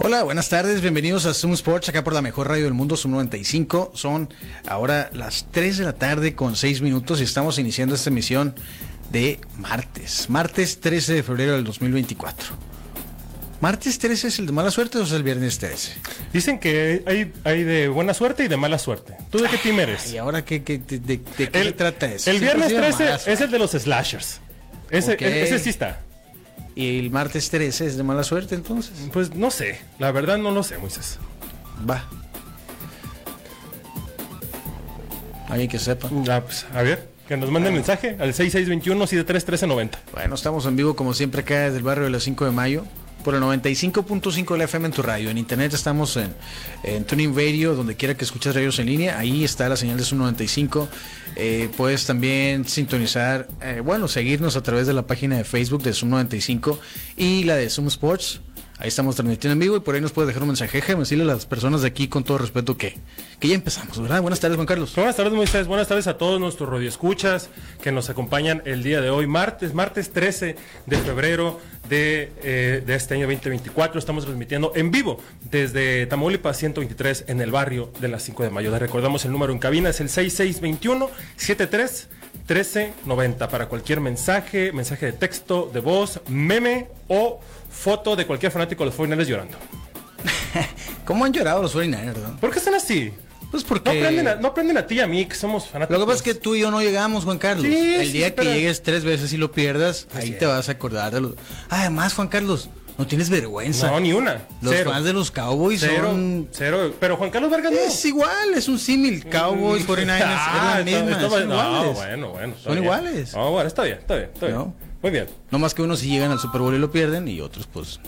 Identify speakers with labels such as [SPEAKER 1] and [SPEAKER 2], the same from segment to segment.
[SPEAKER 1] Hola, buenas tardes, bienvenidos a Zoom Sports, acá por la mejor radio del mundo, Zoom 95. Son ahora las 3 de la tarde con 6 minutos y estamos iniciando esta emisión de martes, martes 13 de febrero del 2024. ¿Martes 13 es el de mala suerte o es el viernes 13?
[SPEAKER 2] Dicen que hay, hay de buena suerte y de mala suerte. ¿Tú de qué team eres?
[SPEAKER 1] ¿Y ahora qué, qué- de, de- de qué
[SPEAKER 2] el,
[SPEAKER 1] trata eso?
[SPEAKER 2] El
[SPEAKER 1] Siempre
[SPEAKER 2] viernes
[SPEAKER 1] ha sido mala
[SPEAKER 2] 13 es
[SPEAKER 1] suerte.
[SPEAKER 2] el de los slashers. Ese,
[SPEAKER 1] Ok.
[SPEAKER 2] ese sí está.
[SPEAKER 1] ¿Y el martes 13 es de mala suerte entonces?
[SPEAKER 2] Pues no sé, la verdad no lo sé, Moisés.
[SPEAKER 1] Va. Alguien que sepa.
[SPEAKER 2] Ah, pues, a ver, que nos manden mensaje al 6621-731390.
[SPEAKER 1] Bueno, estamos en vivo como siempre acá desde el barrio de las 5 de mayo por el 95.5 de la FM en tu radio. En internet estamos en, en Tuning Radio, donde quiera que escuches radios en línea. Ahí está la señal de Zoom 95. Eh, puedes también sintonizar, eh, bueno, seguirnos a través de la página de Facebook de Zoom 95 y la de Zoom Sports. Ahí estamos transmitiendo en vivo y por ahí nos puedes dejar un mensaje. Déjame decirle a las personas de aquí con todo respeto que, que ya empezamos, ¿verdad? Buenas tardes, Juan Carlos.
[SPEAKER 2] Pues Buenas tardes, Moisés. Buenas tardes a todos nuestros radioescuchas que nos acompañan el día de hoy, martes, martes 13 de febrero de, eh, de este año 2024. Estamos transmitiendo en vivo desde Tamaulipas 123 en el barrio de las 5 de mayo. Les recordamos el número en cabina, es el 6621-73-1390 para cualquier mensaje, mensaje de texto, de voz, meme o foto de cualquier fanático de los 49 llorando.
[SPEAKER 1] ¿Cómo han llorado los 49ers, no?
[SPEAKER 2] ¿Por qué están así?
[SPEAKER 1] Pues
[SPEAKER 2] No
[SPEAKER 1] porque...
[SPEAKER 2] aprenden, a, no aprenden a ti y a mí, que somos fanáticos.
[SPEAKER 1] Lo que pasa es que tú y yo no llegamos, Juan Carlos.
[SPEAKER 2] Sí,
[SPEAKER 1] el
[SPEAKER 2] sí, Pues
[SPEAKER 1] día que
[SPEAKER 2] pero-
[SPEAKER 1] llegues tres veces y lo pierdas, ahí
[SPEAKER 2] es.
[SPEAKER 1] te vas a acordar de los. Además, Juan Carlos, no tienes vergüenza.
[SPEAKER 2] No, ni una.
[SPEAKER 1] Los
[SPEAKER 2] Cero.
[SPEAKER 1] fans de los Cowboys
[SPEAKER 2] Cero,
[SPEAKER 1] son.
[SPEAKER 2] cero. Pero Juan Carlos Vargas no.
[SPEAKER 1] Es igual, es un símil. Cowboys, 49ers,
[SPEAKER 2] Ah,
[SPEAKER 1] es la misma.
[SPEAKER 2] está- está-
[SPEAKER 1] son
[SPEAKER 2] no,
[SPEAKER 1] iguales.
[SPEAKER 2] bueno, bueno. está
[SPEAKER 1] Son
[SPEAKER 2] bien.
[SPEAKER 1] iguales.
[SPEAKER 2] No, bueno, está bien, está bien, está bien.
[SPEAKER 1] No.
[SPEAKER 2] Muy bien.
[SPEAKER 1] No más que unos sí llegan al Super Bowl y lo pierden, y otros, pues.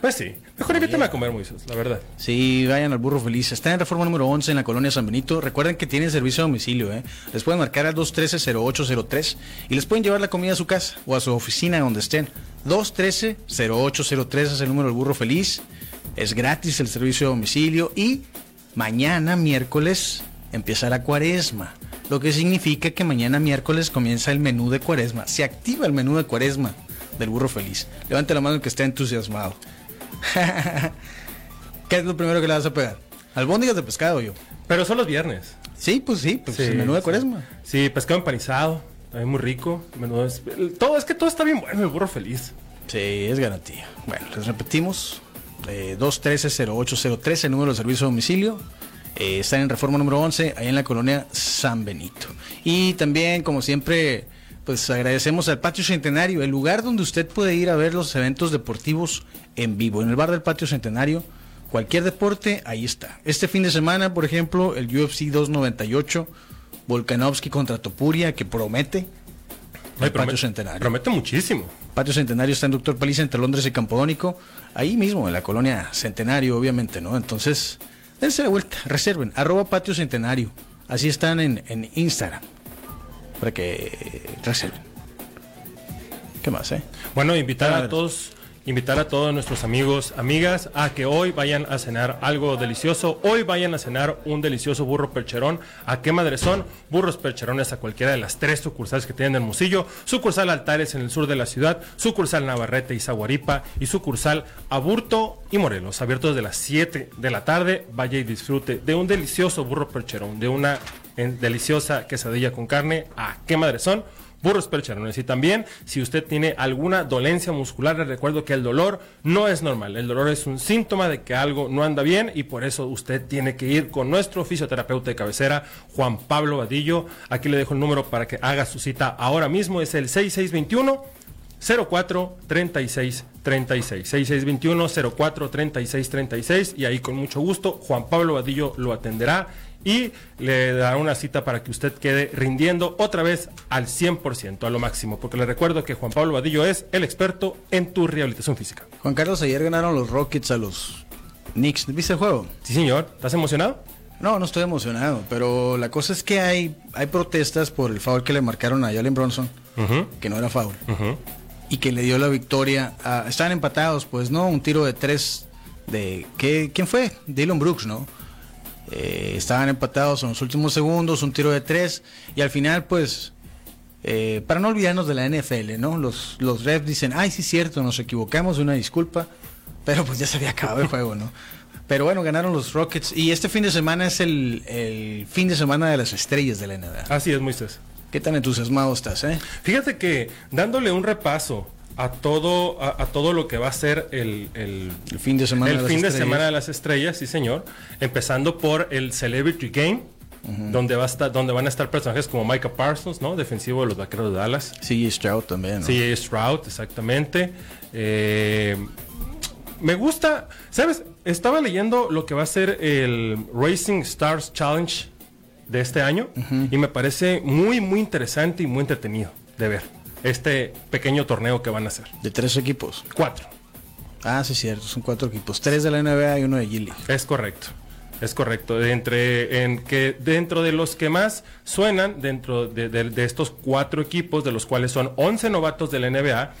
[SPEAKER 2] Pues sí. Mejor invítame a comer, Moisés, la verdad.
[SPEAKER 1] Sí, vayan al burro feliz. Está en reforma número 11 en la colonia San Benito. Recuerden que tienen servicio a domicilio. ¿eh? Les pueden marcar al 213-0803 y les pueden llevar la comida a su casa o a su oficina donde estén. 213-0803 es el número del burro feliz. Es gratis el servicio a domicilio y mañana miércoles empieza la cuaresma. Lo que significa que mañana miércoles comienza el menú de cuaresma. Se activa el menú de cuaresma del burro feliz. Levante la mano el que esté entusiasmado. ¿Qué es lo primero que le vas a pegar? Albóndigas de pescado, yo.
[SPEAKER 2] Pero son los viernes.
[SPEAKER 1] Sí, pues sí, pues
[SPEAKER 2] Sí,
[SPEAKER 1] el menú de
[SPEAKER 2] sí.
[SPEAKER 1] cuaresma.
[SPEAKER 2] Sí, pescado empanizado. También muy rico. Menudo es- el- todo, es que todo está bien bueno, el burro feliz.
[SPEAKER 1] Sí, es garantía. Bueno, les repetimos. Eh, 213-0803, el número de servicio a domicilio. Eh, están en reforma número 11, ahí en la colonia San Benito. Y también, como siempre, pues agradecemos al Patio Centenario, el lugar donde usted puede ir a ver los eventos deportivos en vivo. En el bar del Patio Centenario, cualquier deporte, ahí está. Este fin de semana, por ejemplo, el UFC 298, Volkanovski contra Topuria, que promete.
[SPEAKER 2] Ay,
[SPEAKER 1] El Patio
[SPEAKER 2] promete-
[SPEAKER 1] Centenario.
[SPEAKER 2] Promete muchísimo.
[SPEAKER 1] Patio Centenario está en Doctor Paliza entre Londres y Campodónico, ahí mismo en la colonia Centenario, obviamente, ¿no? Entonces, dense la vuelta, reserven, arroba Patio Centenario, así están en, en Instagram, para que eh, reserven. ¿Qué más, eh?
[SPEAKER 2] Bueno, invitar
[SPEAKER 1] A ver.
[SPEAKER 2] a todos, invitar a todos nuestros amigos, amigas, a que hoy vayan a cenar algo delicioso. Hoy vayan a cenar un delicioso burro percherón. ¿A qué madre son? Burros percherones a cualquiera de las tres sucursales que tienen en Hermosillo. Sucursal Altares en el sur de la ciudad, sucursal Navarrete y Zaguaripa y sucursal Aburto y Morelos. Abiertos de las 7 de la tarde. Vaya y disfrute de un delicioso burro percherón, de una en- deliciosa quesadilla con carne. ¿A qué madre son? Burros Percherones. Y también, si usted tiene alguna dolencia muscular, le recuerdo que el dolor no es normal. El dolor es un síntoma de que algo no anda bien y por eso usted tiene que ir con nuestro fisioterapeuta de cabecera, Juan Pablo Vadillo. Aquí le dejo el número para que haga su cita ahora mismo. Es el 6621. 04 36 36 6621 04 36 36 y ahí con mucho gusto Juan Pablo Vadillo lo atenderá y le dará una cita para que usted quede rindiendo otra vez al 100%, a lo máximo, porque le recuerdo que Juan Pablo Vadillo es el experto en tu rehabilitación física.
[SPEAKER 1] Juan Carlos, ayer ganaron los Rockets a los Knicks, ¿viste el juego?
[SPEAKER 2] Sí, señor, ¿estás emocionado?
[SPEAKER 1] No, no estoy emocionado, pero la cosa es que hay, hay protestas por el foul que le marcaron a Jalen Bronson,
[SPEAKER 2] Ujú,
[SPEAKER 1] que no era foul,
[SPEAKER 2] ujú.
[SPEAKER 1] y que le dio la victoria. A, están empatados, pues, ¿no? Un tiro de tres de... ¿qué, ¿Quién fue? Dylan Brooks, ¿no? Eh, estaban empatados en los últimos segundos, un tiro de tres, y al final, pues, eh, para no olvidarnos de la NFL, ¿no? Los, los refs dicen, ay, sí, cierto, nos equivocamos, una disculpa, pero pues ya se había acabado el juego, ¿no? Pero bueno, ganaron los Rockets, y este fin de semana es el, el fin de semana de las estrellas de la NBA.
[SPEAKER 2] Así es, Moisés.
[SPEAKER 1] ¿Qué tan entusiasmado estás, eh?
[SPEAKER 2] Fíjate que dándole un repaso a todo, a, a todo lo que va a ser el, el,
[SPEAKER 1] El fin de semana
[SPEAKER 2] el
[SPEAKER 1] de las
[SPEAKER 2] fin de
[SPEAKER 1] estrellas.
[SPEAKER 2] semana de las estrellas, sí señor, empezando por el Celebrity Game. Donde, va a estar, donde van a estar personajes como Micah Parsons, ¿no? Defensivo de los Vaqueros de Dallas.
[SPEAKER 1] Sí, Stroud también, ¿no?
[SPEAKER 2] CJ Stroud, exactamente. Eh, me gusta, ¿sabes? Estaba leyendo lo que va a ser el Racing Stars Challenge de este año y me parece muy, muy interesante y muy entretenido de ver este pequeño torneo que van a hacer.
[SPEAKER 1] De tres equipos.
[SPEAKER 2] Cuatro,
[SPEAKER 1] Ah, sí, cierto, son cuatro equipos. Tres de la NBA y uno de Gilly.
[SPEAKER 2] es correcto. Es correcto, De entre, en que dentro de los que más suenan, dentro de, de- de estos cuatro equipos, de los cuales son 11 novatos de la NBA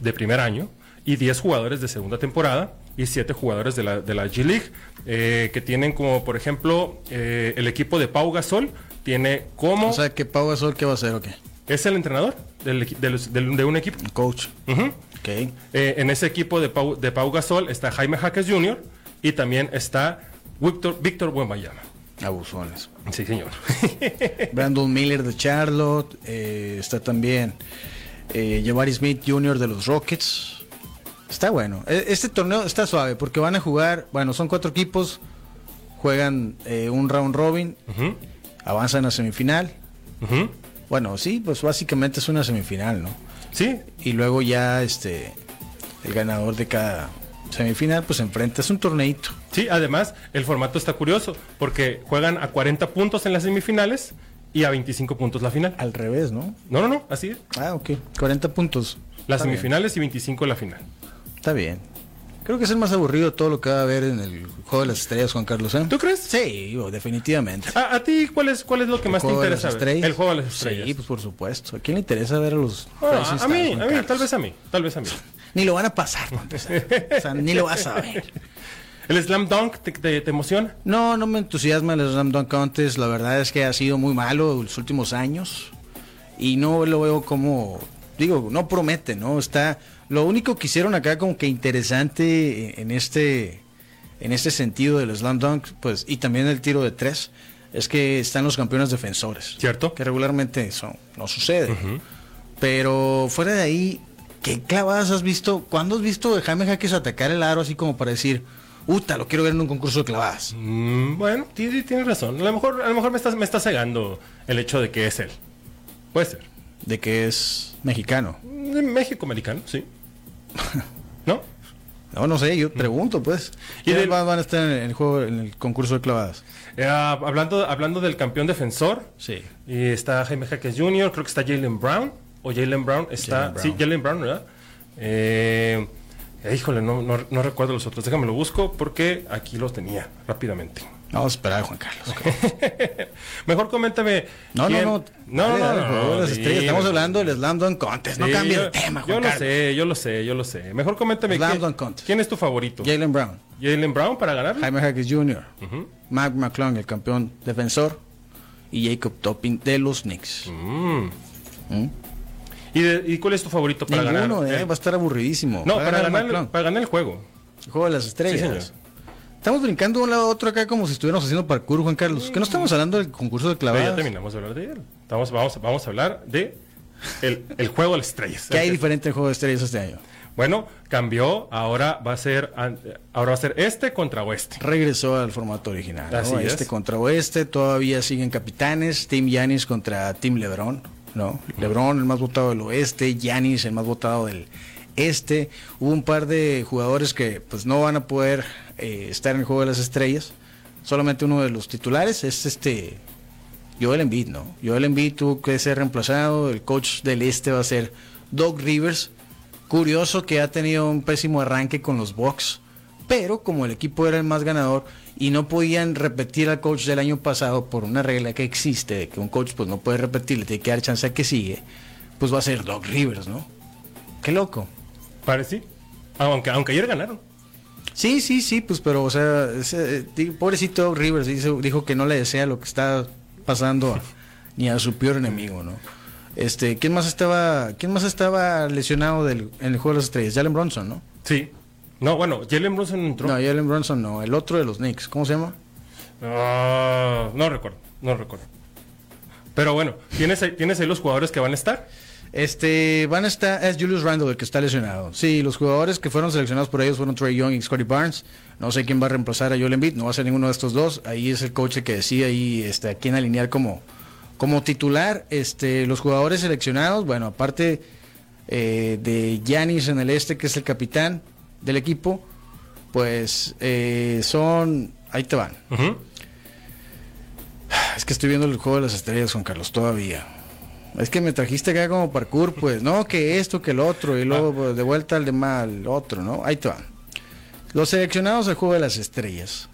[SPEAKER 2] de primer año y 10 jugadores de segunda temporada y 7 jugadores de la, de la G League, eh, que tienen como, por ejemplo, eh, el equipo de Pau Gasol, tiene como...
[SPEAKER 1] O sea, que Pau Gasol, ¿qué va a hacer o qué?
[SPEAKER 2] es el entrenador del equi- de, los- del- de un equipo.
[SPEAKER 1] Un coach.
[SPEAKER 2] Ujú.
[SPEAKER 1] Ok.
[SPEAKER 2] Eh, en ese equipo de Pau, de Pau Gasol está Jaime Jaques Jr. y también está Víctor, Víctor Buenbayama.
[SPEAKER 1] Abusones.
[SPEAKER 2] Sí, señor.
[SPEAKER 1] Brandon Miller de Charlotte. eh, está también eh, Jabari Smith Jr. de los Rockets. Está bueno. E- Este torneo está suave porque van a jugar. Bueno, son cuatro equipos. Juegan eh, un round robin.
[SPEAKER 2] Ujú,
[SPEAKER 1] Avanzan a semifinal.
[SPEAKER 2] ujú.
[SPEAKER 1] Bueno, sí, pues básicamente es una semifinal, ¿no?
[SPEAKER 2] Sí,
[SPEAKER 1] y luego ya este el ganador de cada semifinal pues se enfrenta es un torneito
[SPEAKER 2] sí, además el formato está curioso porque juegan a 40 puntos en las semifinales y a 25 puntos la final.
[SPEAKER 1] al revés no
[SPEAKER 2] No, no, no, así es.
[SPEAKER 1] ah ok 40 puntos
[SPEAKER 2] Las
[SPEAKER 1] Está bien,
[SPEAKER 2] semifinales y 25 la final.
[SPEAKER 1] está bien creo que es el más aburrido de todo lo que va a haber en el juego de las estrellas Juan Carlos ¿eh?
[SPEAKER 2] ¿Tú crees?
[SPEAKER 1] sí yo, definitivamente
[SPEAKER 2] Ah, ¿A, a ti cuál es, cuál es lo que más te
[SPEAKER 1] Juego de las
[SPEAKER 2] interesa ver?
[SPEAKER 1] Estrellas.
[SPEAKER 2] El juego de las estrellas.
[SPEAKER 1] sí pues por supuesto a quién le interesa ver a los
[SPEAKER 2] Bueno,
[SPEAKER 1] Rising
[SPEAKER 2] a, a
[SPEAKER 1] Stars,
[SPEAKER 2] mí,
[SPEAKER 1] Juan
[SPEAKER 2] a mí,
[SPEAKER 1] Carlos?
[SPEAKER 2] tal vez a mí, tal vez a mí.
[SPEAKER 1] ni lo van a pasar para empezar. o sea ni lo vas a ver
[SPEAKER 2] ¿El slam dunk te, te- te emociona?
[SPEAKER 1] No, no me entusiasma el Slam Dunk Contest. La verdad es que ha sido muy malo los últimos años. Y no lo veo como. Digo, no promete, ¿no? Está. Lo único que hicieron acá como que interesante en este. En este sentido del Slam Dunk, pues, y también el tiro de tres, es que están los campeones defensores.
[SPEAKER 2] Cierto.
[SPEAKER 1] Que regularmente eso no sucede. Pero fuera de ahí, ¿qué clavadas has visto? ¿Cuándo has visto de Jaime Jaques atacar el aro así como para decir, uta, lo quiero ver en un concurso de clavadas?
[SPEAKER 2] Mm, bueno, ti- ti- tienes razón. A lo mejor, a lo mejor me, estás, me está cegando el hecho de que es él. Puede ser.
[SPEAKER 1] de que es mexicano.
[SPEAKER 2] México americano, sí. ¿No?
[SPEAKER 1] No, no sé, yo pregunto, pues.
[SPEAKER 2] Y
[SPEAKER 1] ¿Y
[SPEAKER 2] del-
[SPEAKER 1] van van a estar en el juego, en el concurso de clavadas?
[SPEAKER 2] Eh, ah, hablando, hablando del campeón defensor,
[SPEAKER 1] Sí.
[SPEAKER 2] y está Jaime Jaques Jr., creo que está Jalen Brown, o Jalen Brown está...
[SPEAKER 1] Jalen Brown.
[SPEAKER 2] Sí, Jalen Brown, ¿verdad? Eh, eh, híjole, no, no, no recuerdo los otros, déjame lo busco porque aquí los tenía rápidamente.
[SPEAKER 1] Vamos a esperar a Juan Carlos.
[SPEAKER 2] Mejor coméntame.
[SPEAKER 1] No, no,
[SPEAKER 2] quién-
[SPEAKER 1] no.
[SPEAKER 2] no, no,
[SPEAKER 1] Dale, dale,
[SPEAKER 2] no,
[SPEAKER 1] por favor,
[SPEAKER 2] no,
[SPEAKER 1] las
[SPEAKER 2] sí,
[SPEAKER 1] estrellas. Estamos
[SPEAKER 2] no.
[SPEAKER 1] hablando del Slam Dunk Contest. No
[SPEAKER 2] Sí,
[SPEAKER 1] cambie
[SPEAKER 2] yo-
[SPEAKER 1] el tema, Juan
[SPEAKER 2] Yo lo
[SPEAKER 1] Carlos. Pues
[SPEAKER 2] sé, yo lo sé, yo lo sé. Mejor coméntame
[SPEAKER 1] Slam
[SPEAKER 2] quién,
[SPEAKER 1] dunk contest.
[SPEAKER 2] quién es tu favorito.
[SPEAKER 1] Jalen Brown,
[SPEAKER 2] Jalen Brown para ganar.
[SPEAKER 1] Jaime Hackett Jr., Mark McClung, el campeón defensor, y Jacob Topping de los Knicks.
[SPEAKER 2] ¿Y, de- y cuál es tu favorito para
[SPEAKER 1] Ninguno,
[SPEAKER 2] ganar?
[SPEAKER 1] eh, va a estar aburridísimo.
[SPEAKER 2] No,
[SPEAKER 1] Va a
[SPEAKER 2] para
[SPEAKER 1] ganar
[SPEAKER 2] ganar, el,
[SPEAKER 1] McClung.
[SPEAKER 2] para ganar el juego.
[SPEAKER 1] El Juego de las
[SPEAKER 2] señor.
[SPEAKER 1] estrellas. estamos brincando de un lado a otro acá como si estuviéramos haciendo parkour, Juan Carlos. Que no estamos hablando del concurso de
[SPEAKER 2] Pero
[SPEAKER 1] clavadas.
[SPEAKER 2] ya terminamos de hablar de él. Estamos, vamos, vamos a hablar de el, el juego de las estrellas.
[SPEAKER 1] ¿Qué hay diferente en Juego de Estrellas este año?
[SPEAKER 2] Bueno, cambió. Ahora va a ser an- ahora va a ser este contra oeste.
[SPEAKER 1] Regresó al formato original. ¿no?
[SPEAKER 2] Así es.
[SPEAKER 1] Este contra oeste, todavía siguen capitanes. Team Yanis contra Team Lebron. ¿no? Lebron, el más votado del oeste. Yanis, el más votado del este. Hubo un par de jugadores que pues no van a poder eh, estar en el Juego de las Estrellas. Solamente uno de los titulares es este Joel Embiid, ¿no? Joel Embiid tuvo que ser reemplazado, el coach del este va a ser Doug Rivers. Curioso que ha tenido un pésimo arranque con los Bucks, Pero como el equipo era el más ganador y no podían repetir al coach del año pasado por una regla que existe de que un coach pues no puede repetir, le tiene que dar chance a que sigue, pues va a ser Doc Rivers, ¿no? Qué loco.
[SPEAKER 2] Parece. Aunque, aunque ayer ganaron.
[SPEAKER 1] Sí, sí, sí, pues pero, o sea, ese, eh, di- pobrecito Doc Rivers hizo- dijo que no le desea lo que está pasando a- ni a su peor enemigo, ¿no? Este, ¿quién más estaba, quién más estaba lesionado del, en el juego de las estrellas? Jalen Bronson, ¿no?
[SPEAKER 2] Sí. No, bueno, Jalen Brunson entró.
[SPEAKER 1] No, Jalen Bronson no, el otro de los Knicks, ¿cómo se llama?
[SPEAKER 2] Ah, no recuerdo, no recuerdo. Pero bueno, ¿tienes ahí, ¿tienes ahí los jugadores que van a estar?
[SPEAKER 1] Este, van a estar, es Julius Randle el que está lesionado. Sí, los jugadores que fueron seleccionados por ellos fueron Trey Young y Scotty Barnes. No sé quién va a reemplazar a Joel Embiid, no va a ser ninguno de estos dos. Ahí es el coach el que decide ahí este, a quién alinear como, como titular. Este, los jugadores seleccionados, bueno, aparte eh, de Yanis en el este, que es el capitán del equipo, pues eh, son, ahí te van.
[SPEAKER 2] Ujú.
[SPEAKER 1] Ah, Es que estoy viendo el juego de las estrellas, Juan Carlos, todavía. Es que me trajiste acá como parkour, pues, no, que esto, que el otro, y luego
[SPEAKER 2] Ah.
[SPEAKER 1] pues, de vuelta al de mal, otro, ¿no? Ahí te va. Los seleccionados al juego de las estrellas.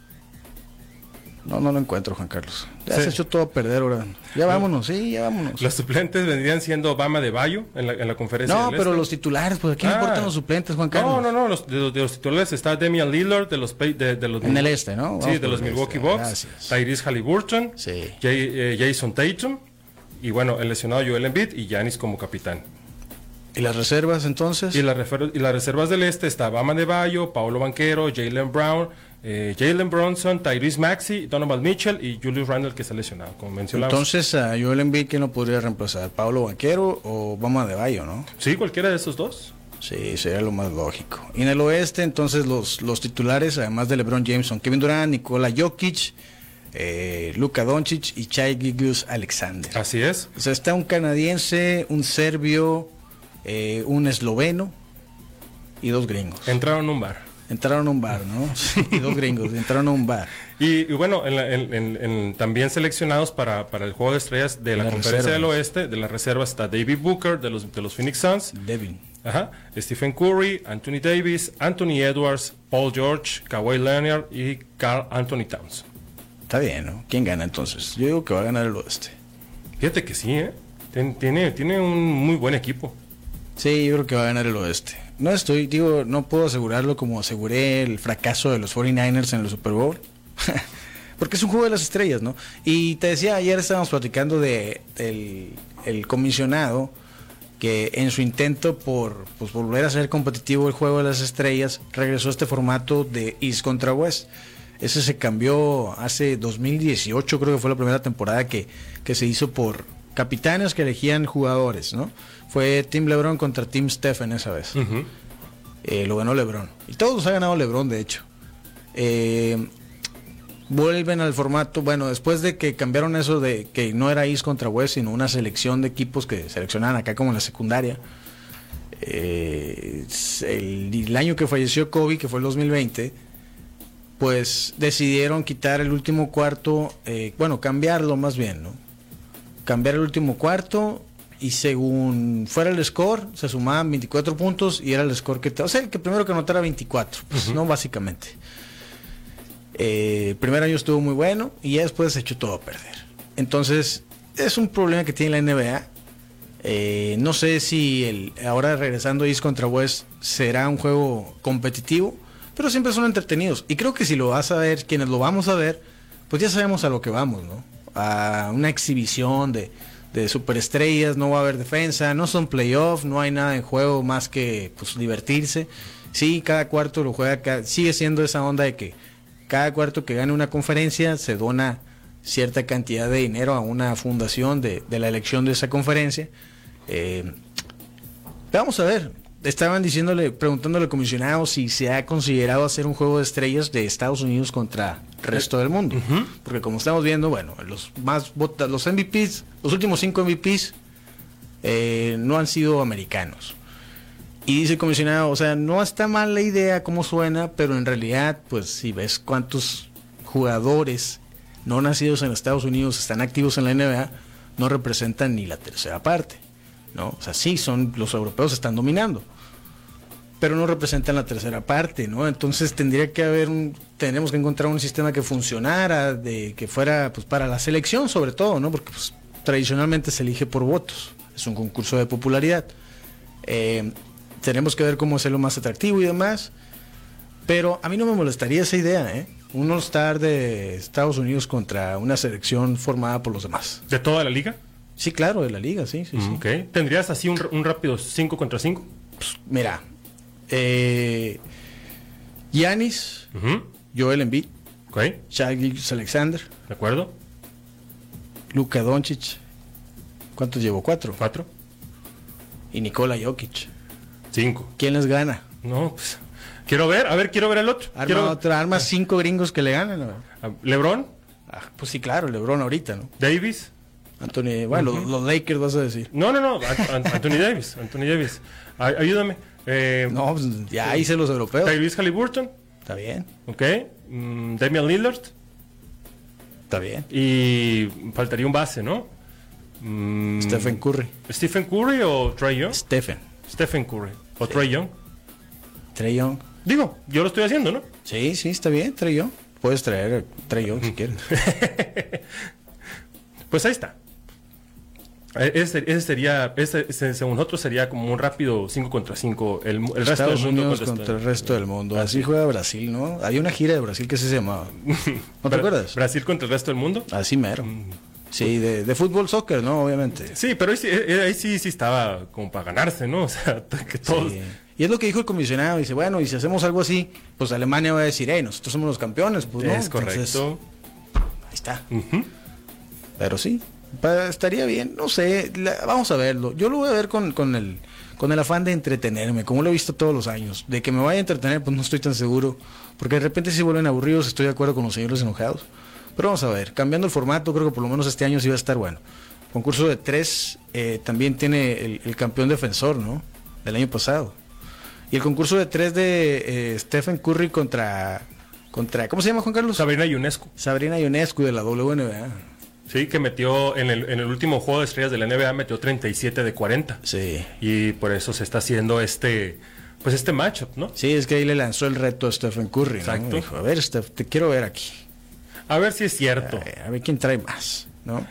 [SPEAKER 1] No, no lo encuentro, Juan Carlos. Ya
[SPEAKER 2] Sí.
[SPEAKER 1] se echó todo a perder, ahora. Ya vámonos, sí, ya vámonos.
[SPEAKER 2] Los suplentes vendrían siendo Bama de Bayo en la, en la conferencia.
[SPEAKER 1] No,
[SPEAKER 2] del
[SPEAKER 1] pero
[SPEAKER 2] Este.
[SPEAKER 1] los titulares, pues, ¿a quién
[SPEAKER 2] Ah.
[SPEAKER 1] importan los suplentes, Juan Carlos?
[SPEAKER 2] No, no, no, los, de, los- de los titulares está Demian Lillard de los, Pe- de, de los
[SPEAKER 1] En el este, ¿no? Vamos
[SPEAKER 2] sí, de
[SPEAKER 1] por
[SPEAKER 2] los
[SPEAKER 1] el
[SPEAKER 2] Milwaukee
[SPEAKER 1] este,
[SPEAKER 2] Bucks,
[SPEAKER 1] gracias.
[SPEAKER 2] Tyrese Halliburton,
[SPEAKER 1] Sí.
[SPEAKER 2] Jay- eh, Jason Tatum y bueno, el lesionado Joel Embiid y Giannis como capitán.
[SPEAKER 1] ¿Y las reservas, entonces?
[SPEAKER 2] Y, la refer- y las reservas del este está Bama de Bayo, Paolo Banquero, Jalen Brown, eh, Jalen Bronson, Tyrese Maxey, Donovan Mitchell y Julius Randle que está lesionado, como mencionamos.
[SPEAKER 1] Entonces, ah, a Joel Embiid, ¿quién lo podría reemplazar? ¿Pablo Banquero o Bama de Bayo, no?
[SPEAKER 2] sí, cualquiera de esos dos.
[SPEAKER 1] Sí, sería lo más lógico. Y en el oeste, entonces, los, los titulares, además de LeBron James, son Kevin Durant, Nikola Jokic, eh, Luka Doncic y Chai Gigus Alexander.
[SPEAKER 2] Así es.
[SPEAKER 1] O sea, está un canadiense, un serbio, eh, un esloveno y dos gringos.
[SPEAKER 2] Entraron a un bar.
[SPEAKER 1] Entraron a un bar, ¿no? Sí, dos gringos, entraron a un bar.
[SPEAKER 2] Y, y bueno, en la- en- en- en- también seleccionados para, para el juego de estrellas de la
[SPEAKER 1] Las
[SPEAKER 2] Conferencia del
[SPEAKER 1] reservas.
[SPEAKER 2] Oeste, de las reservas está David Booker de los, de los Phoenix Suns,
[SPEAKER 1] Devin.
[SPEAKER 2] ajá, Stephen Curry, Anthony Davis, Anthony Edwards, Paul George, Kawhi Leonard y Carl Anthony Towns.
[SPEAKER 1] Está bien, ¿no? ¿Quién gana entonces? Yo digo que va a ganar el oeste.
[SPEAKER 2] Fíjate que sí, ¿eh? Tien- tiene, tiene un muy buen equipo.
[SPEAKER 1] Sí, yo creo que va a ganar el oeste. No estoy, digo, no puedo asegurarlo como aseguré el fracaso de los 49ers en el Super Bowl. Porque es un juego de las estrellas, ¿no? Y te decía, ayer estábamos platicando de el, el comisionado que en su intento por pues, volver a ser competitivo el juego de las estrellas regresó a este formato de East contra West. Ese se cambió hace 2018, creo que fue la primera temporada que, que se hizo por capitanes que elegían jugadores, ¿no? Fue Team LeBron contra Team Stephen esa vez. Eh, lo ganó LeBron. Y todos los ha ganado LeBron, de hecho. Eh, vuelven al formato, bueno, después de que cambiaron eso de que no era East contra West, sino una selección de equipos que seleccionaban acá como en la secundaria. eh, es el, el año que falleció Kobe, que fue el 2020, pues decidieron quitar el último cuarto, eh, bueno, cambiarlo más bien, ¿no? Cambiar el último cuarto y según fuera el score, se sumaban 24 puntos y era el score que... te- O sea, el que primero que anotara 24, pues, ¿no? Básicamente. Eh, el primer año estuvo muy bueno y ya después se echó todo a perder. Entonces, es un problema que tiene la NBA. Eh, no sé si el, ahora regresando East contra West será un juego competitivo, pero siempre son entretenidos. Y creo que si lo vas a ver, quienes lo vamos a ver, pues ya sabemos a lo que vamos, ¿no? A una exhibición de, de superestrellas, no va a haber defensa, no son playoffs, no hay nada en juego más que pues, divertirse. Sí, cada cuarto lo juega, ca- sigue siendo esa onda de que cada cuarto que gane una conferencia se dona cierta cantidad de dinero a una fundación de, de la elección de esa conferencia. Eh, vamos a ver. Estaban diciéndole, preguntándole al comisionado si se ha considerado hacer un juego de estrellas de Estados Unidos contra el resto del mundo. Porque como estamos viendo, bueno, los más vota- los MVPs, los últimos cinco MVPs eh, no han sido americanos. Y dice el comisionado, o sea, no está mal la idea como suena, pero en realidad, pues si ves cuántos jugadores no nacidos en Estados Unidos están activos en la NBA, no representan ni la tercera parte, ¿no? O sea, sí, son los europeos están dominando, pero no representan la tercera parte, ¿no? Entonces tendría que haber un, tenemos que encontrar un sistema que funcionara, de que fuera pues para la selección sobre todo, ¿no? Porque pues, tradicionalmente se elige por votos, es un concurso de popularidad. Eh, tenemos que ver cómo hacerlo más atractivo y demás, pero a mí no me molestaría esa idea, ¿eh? Un All-Star de Estados Unidos contra una selección formada por los demás.
[SPEAKER 2] ¿De toda la liga?
[SPEAKER 1] Sí, claro, de la liga, sí, sí, sí.
[SPEAKER 2] Ok. ¿Tendrías así un, un rápido 5 contra 5?
[SPEAKER 1] Pues, mira, eh, Giannis, Joel Embiid,
[SPEAKER 2] Ok,
[SPEAKER 1] Shai Alexander,
[SPEAKER 2] ¿de acuerdo?
[SPEAKER 1] Luka Doncic. ¿Cuántos llevo? Cuatro.
[SPEAKER 2] ¿Cuatro?
[SPEAKER 1] Y Nikola Jokic.
[SPEAKER 2] Cinco.
[SPEAKER 1] ¿Quién les gana?
[SPEAKER 2] No, pues. Quiero ver, a ver, quiero ver el otro.
[SPEAKER 1] Arma
[SPEAKER 2] Quiero-
[SPEAKER 1] otra, arma cinco gringos que le ganan. ¿no?
[SPEAKER 2] Ah, ¿Lebron?
[SPEAKER 1] Ah, pues sí, claro, LeBron ahorita, ¿no?
[SPEAKER 2] ¿Davis?
[SPEAKER 1] Anthony, bueno, los, los Lakers vas a decir.
[SPEAKER 2] No, no, no. An- An- Anthony Davis. Anthony Davis. Ay- ayúdame. Eh,
[SPEAKER 1] No, pues ya hice los europeos.
[SPEAKER 2] Tyrese Halliburton.
[SPEAKER 1] Está bien,
[SPEAKER 2] Ok. Mm, Damian Lillard.
[SPEAKER 1] está bien.
[SPEAKER 2] Y faltaría un base, ¿no? Mm,
[SPEAKER 1] Stephen Curry.
[SPEAKER 2] Stephen Curry o Trey Young.
[SPEAKER 1] Stephen.
[SPEAKER 2] Stephen Curry o Trey Young.
[SPEAKER 1] Trey Young.
[SPEAKER 2] Digo, yo lo estoy haciendo, ¿no?
[SPEAKER 1] Sí, sí, está bien, Trey Young. Puedes traer Trey Young si quieres.
[SPEAKER 2] Pues ahí está. Eh, Ese, ese sería, ese, ese, según nosotros, sería como un rápido 5 contra 5. El, mu- el resto del
[SPEAKER 1] Estados
[SPEAKER 2] mundo Ah,
[SPEAKER 1] Unidos
[SPEAKER 2] contra
[SPEAKER 1] contra el resto del mundo. Así juega Brasil, ¿no? Había una gira de Brasil que así se llamaba. ¿No te
[SPEAKER 2] Bra- Mm.
[SPEAKER 1] acuerdas? Ah.
[SPEAKER 2] Brasil contra el resto del mundo.
[SPEAKER 1] Así mero. Sí, de, de fútbol, soccer, ¿no? Obviamente.
[SPEAKER 2] Sí, pero ahí sí, eh, ahí sí, sí estaba como para ganarse, ¿no? O sea, que todos.
[SPEAKER 1] Sí. pues Y es lo que dijo el comisionado. Dice, bueno, y si hacemos algo así, pues Alemania va a decir, hey, nosotros somos los campeones. Pues, ¿no?
[SPEAKER 2] es
[SPEAKER 1] Entonces,
[SPEAKER 2] correcto.
[SPEAKER 1] ahí está.
[SPEAKER 2] Ujú.
[SPEAKER 1] Pero sí, pa- estaría bien, no sé, la- vamos a verlo. Yo lo voy a ver con, con el con el afán de entretenerme, como lo he visto todos los años. De que me vaya a entretener, pues no estoy tan seguro, porque de repente si vuelven aburridos, estoy de acuerdo con los señores enojados. Pero vamos a ver, cambiando el formato, creo que por lo menos este año sí va a estar bueno. Concurso de tres eh, también tiene el, el campeón defensor, ¿no? Del año pasado. Y el concurso de tres de eh, Stephen Curry contra, contra... ¿Cómo se llama Juan Carlos?
[SPEAKER 2] Sabrina Ionescu.
[SPEAKER 1] Sabrina Ionescu de la WNBA.
[SPEAKER 2] Sí, que metió en el, en el último juego de estrellas de la NBA, metió 37 de 40.
[SPEAKER 1] Sí.
[SPEAKER 2] Y por eso se está haciendo este, pues este matchup, ¿no?
[SPEAKER 1] Sí, es que ahí le lanzó el reto a Stephen Curry. ¿no?
[SPEAKER 2] Exacto.
[SPEAKER 1] Dijo, a ver, Steph, te quiero ver aquí.
[SPEAKER 2] A ver si es cierto.
[SPEAKER 1] A ver, a ver quién trae más, ¿no?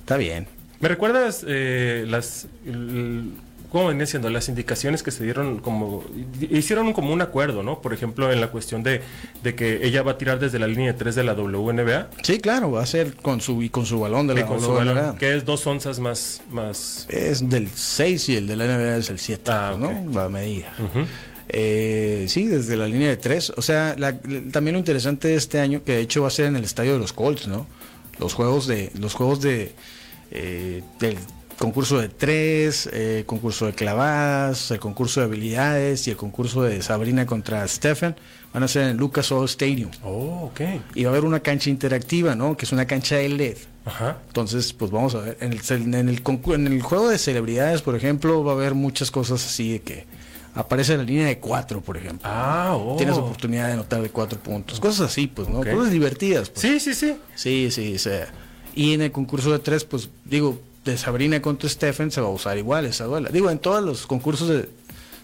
[SPEAKER 1] Está bien.
[SPEAKER 2] ¿Me recuerdas eh, las... el- ¿Cómo venía siendo? Las indicaciones que se dieron como... Hicieron como un acuerdo, ¿no? Por ejemplo, en la cuestión de, de que ella va a tirar desde la línea 3 de la WNBA.
[SPEAKER 1] Sí, claro, va a ser con su y con su balón de
[SPEAKER 2] que
[SPEAKER 1] la
[SPEAKER 2] con su
[SPEAKER 1] WNBA.
[SPEAKER 2] balón, que es dos onzas más... más
[SPEAKER 1] Es del 6 y el de la NBA es el 7,
[SPEAKER 2] Ah,
[SPEAKER 1] ¿no?
[SPEAKER 2] ok.
[SPEAKER 1] La medida. Eh, sí, desde la línea de 3. O sea, la- la- también lo interesante de este año, que de hecho va a ser en el estadio de los Colts, ¿no? Los juegos de los juegos de eh, del concurso de 3, concurso de clavadas, el concurso de habilidades y el concurso de Sabrina contra Stephen van a ser en Lucas Oil Stadium.
[SPEAKER 2] oh, ok.
[SPEAKER 1] Y va a haber una cancha interactiva, ¿no? Que es una cancha de E LED.
[SPEAKER 2] Ajá.
[SPEAKER 1] Entonces, pues vamos a ver. En el, cel- en el, concu- en el juego de celebridades, por ejemplo, va a haber muchas cosas así de que aparece la línea de cuatro, por ejemplo.
[SPEAKER 2] Ah, oh.
[SPEAKER 1] Tienes oportunidad de anotar de cuatro puntos. Cosas así, pues, ¿no?
[SPEAKER 2] Ok.
[SPEAKER 1] Cosas divertidas. pues.
[SPEAKER 2] Sí, sí, sí.
[SPEAKER 1] Sí, sí, o sea. Y en el concurso de tres, pues digo, de Sabrina contra Stephen se va a usar igual esa duela. Digo, en todos los concursos de...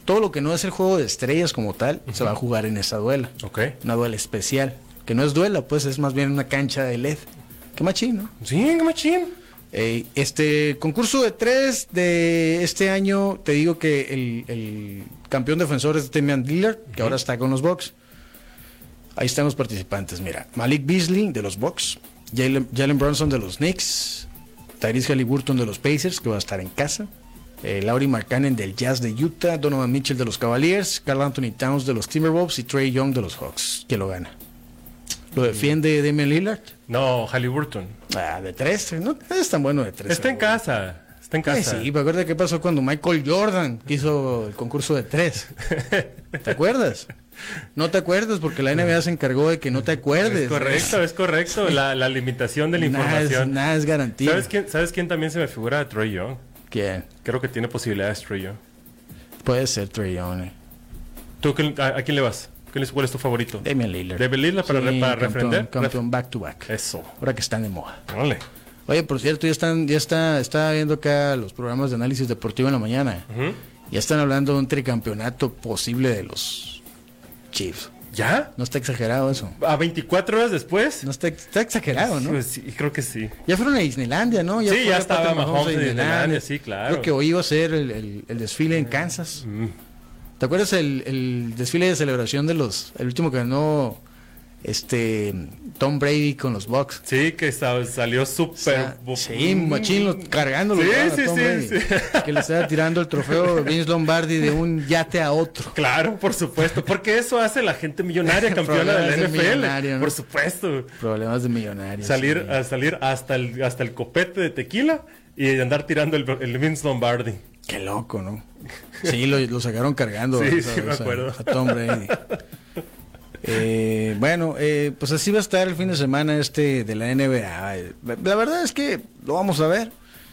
[SPEAKER 1] Todo lo que no es el juego de estrellas como tal, se va a jugar en esa duela.
[SPEAKER 2] Ok.
[SPEAKER 1] Una duela especial. Que no es duela, pues es más bien una cancha de LED. Qué machín, ¿no?
[SPEAKER 2] Sí, machín.
[SPEAKER 1] Ey, este concurso de tres de este año, te digo que el, el campeón defensor es Damian Lillard, que ahora está con los Bucks. Ahí están los participantes, mira. Malik Beasley de los Bucks, Jalen Jalen Brunson de los Knicks, Tyrese Halliburton de los Pacers, que va a estar en casa, eh, Laurie McCannon del Jazz de Utah, Donovan Mitchell de los Cavaliers, Carl Anthony Towns de los Timberwolves y Trey Young de los Hawks, que lo gana. ¿Lo defiende Damian Lillard?
[SPEAKER 2] No, Halliburton.
[SPEAKER 1] Ah, de tres, no es tan bueno de tres.
[SPEAKER 2] Está en
[SPEAKER 1] seguro.
[SPEAKER 2] casa. Está en
[SPEAKER 1] Eh,
[SPEAKER 2] casa.
[SPEAKER 1] sí, me acuerdo qué pasó cuando Michael Jordan hizo el concurso de tres. ¿Te acuerdas? No te acuerdas porque la NBA se encargó de que no te acuerdes.
[SPEAKER 2] Es correcto, es correcto. La, la limitación de la
[SPEAKER 1] Nada es,
[SPEAKER 2] información.
[SPEAKER 1] nada es garantía.
[SPEAKER 2] ¿Sabes quién, ¿Sabes quién también se me figura? Troy Young.
[SPEAKER 1] ¿Quién?
[SPEAKER 2] Creo que tiene posibilidades Troy Young.
[SPEAKER 1] Puede ser Trey Young, eh.
[SPEAKER 2] ¿Tú quién- a, a quién le vas? ¿Quién es- ¿Cuál es tu favorito?
[SPEAKER 1] Damian Lillard.
[SPEAKER 2] Damian Lillard para re- para
[SPEAKER 1] campeón,
[SPEAKER 2] refrender.
[SPEAKER 1] Campeón back to back.
[SPEAKER 2] Eso.
[SPEAKER 1] Ahora que están de moda.
[SPEAKER 2] Órale.
[SPEAKER 1] Oye, por cierto, ya están, ya está, está viendo acá los programas de análisis deportivo en la mañana. Ya están hablando de un tricampeonato posible de los Chiefs.
[SPEAKER 2] ¿Ya?
[SPEAKER 1] No está exagerado eso.
[SPEAKER 2] ¿A 24 horas después?
[SPEAKER 1] No está, está exagerado, ¿no?
[SPEAKER 2] Pues sí, creo que sí.
[SPEAKER 1] Ya fueron a Disneylandia, ¿no?
[SPEAKER 2] Sí,
[SPEAKER 1] fue
[SPEAKER 2] ya
[SPEAKER 1] la
[SPEAKER 2] estaba
[SPEAKER 1] Patrick
[SPEAKER 2] Mahomes en Disneylandia, sí, claro. Mm.
[SPEAKER 1] Creo que hoy iba a ser el, el- el desfile en Kansas. ¿Te acuerdas el, el desfile de celebración de los. El último que ganó este Tom Brady con los Bucks?
[SPEAKER 2] Sí, que sa- salió súper.
[SPEAKER 1] O sea, sí, machín, lo- cargándolo.
[SPEAKER 2] Sí,
[SPEAKER 1] ¿verdad?
[SPEAKER 2] sí,
[SPEAKER 1] Tom
[SPEAKER 2] sí,
[SPEAKER 1] Brady,
[SPEAKER 2] sí.
[SPEAKER 1] Que le estaba tirando el trofeo Vince Lombardi de un yate a otro.
[SPEAKER 2] Claro, por supuesto, porque eso hace la gente millonaria, campeona
[SPEAKER 1] Problemas
[SPEAKER 2] de
[SPEAKER 1] de
[SPEAKER 2] la NFL.
[SPEAKER 1] millonario, ¿no?
[SPEAKER 2] Por supuesto.
[SPEAKER 1] Problemas de millonarios.
[SPEAKER 2] Salir,
[SPEAKER 1] sí.
[SPEAKER 2] a salir hasta el, hasta el copete de tequila y andar tirando el, el Vince Lombardi.
[SPEAKER 1] Qué loco, ¿no? Sí, lo, lo sacaron cargando.
[SPEAKER 2] Sí,
[SPEAKER 1] ¿sabes?
[SPEAKER 2] sí, me
[SPEAKER 1] O sea,
[SPEAKER 2] acuerdo.
[SPEAKER 1] A Tom Brady. Eh, bueno, eh, pues así va a estar el fin de semana este de la NBA. Eh, La verdad es que lo vamos a ver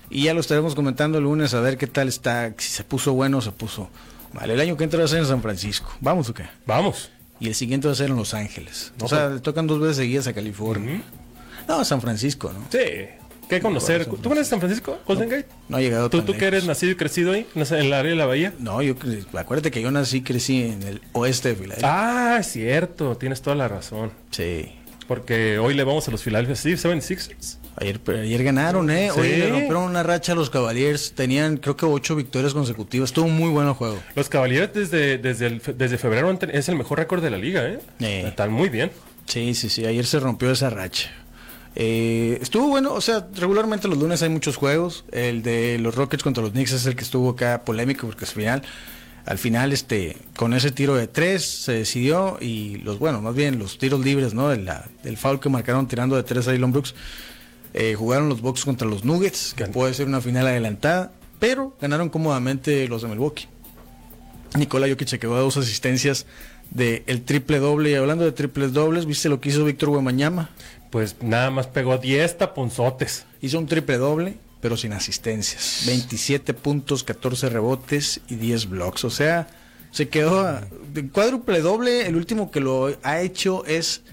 [SPEAKER 1] y ya lo estaremos comentando el lunes a ver qué tal está, si se puso bueno o se puso mal. El año que entra va a ser en San Francisco. ¿Vamos o qué?
[SPEAKER 2] Vamos.
[SPEAKER 1] Y el siguiente va a ser en Los Ángeles. O sea, le tocan dos veces seguidas a California. No, a San Francisco, ¿no?
[SPEAKER 2] Sí. ¿Qué conocer? ¿Tú conoces San Francisco? ¿Golden Gate?
[SPEAKER 1] No ha llegado
[SPEAKER 2] ¿Tú,
[SPEAKER 1] tan
[SPEAKER 2] tú que
[SPEAKER 1] lejos.
[SPEAKER 2] eres nacido y crecido ahí, en esa- en el área de la bahía?
[SPEAKER 1] No, yo cre- acuérdate que yo nací y crecí en el oeste de Filadelfia.
[SPEAKER 2] Ah, es cierto, tienes toda la razón.
[SPEAKER 1] Sí.
[SPEAKER 2] Porque hoy le vamos a los Philadelphia 76ers.
[SPEAKER 1] Ayer, ayer ganaron, ¿eh?
[SPEAKER 2] Sí.
[SPEAKER 1] Hoy le rompieron una racha a los Cavaliers. Tenían, creo que, ocho victorias consecutivas. Estuvo un muy bueno el juego.
[SPEAKER 2] Los Cavaliers desde, desde, el fe- desde febrero han ten- es el mejor récord de la liga, ¿eh?
[SPEAKER 1] Eh.
[SPEAKER 2] Están muy bien.
[SPEAKER 1] Sí, sí, sí. Ayer se rompió esa racha. Eh, estuvo bueno, o sea, regularmente los lunes hay muchos juegos. El de los Rockets contra los Knicks es el que estuvo acá polémico porque al final, al final, este, con ese tiro de tres se decidió y los, bueno, más bien los tiros libres, ¿no? De la- del foul que marcaron tirando de tres a Elon Brooks. Eh, jugaron los Bucks contra los Nuggets, que puede ser una final adelantada, pero ganaron cómodamente los de Milwaukee. Nikola Jokic se quedó a dos asistencias del triple doble. Y hablando de triples dobles, ¿viste lo que hizo Víctor Huemañama?
[SPEAKER 2] Pues nada más pegó 10 taponzotes.
[SPEAKER 1] Hizo un triple doble, pero sin asistencias. 27 puntos, 14 rebotes y 10 blocks. O sea, se quedó a, de cuádruple doble. El último que lo ha hecho es.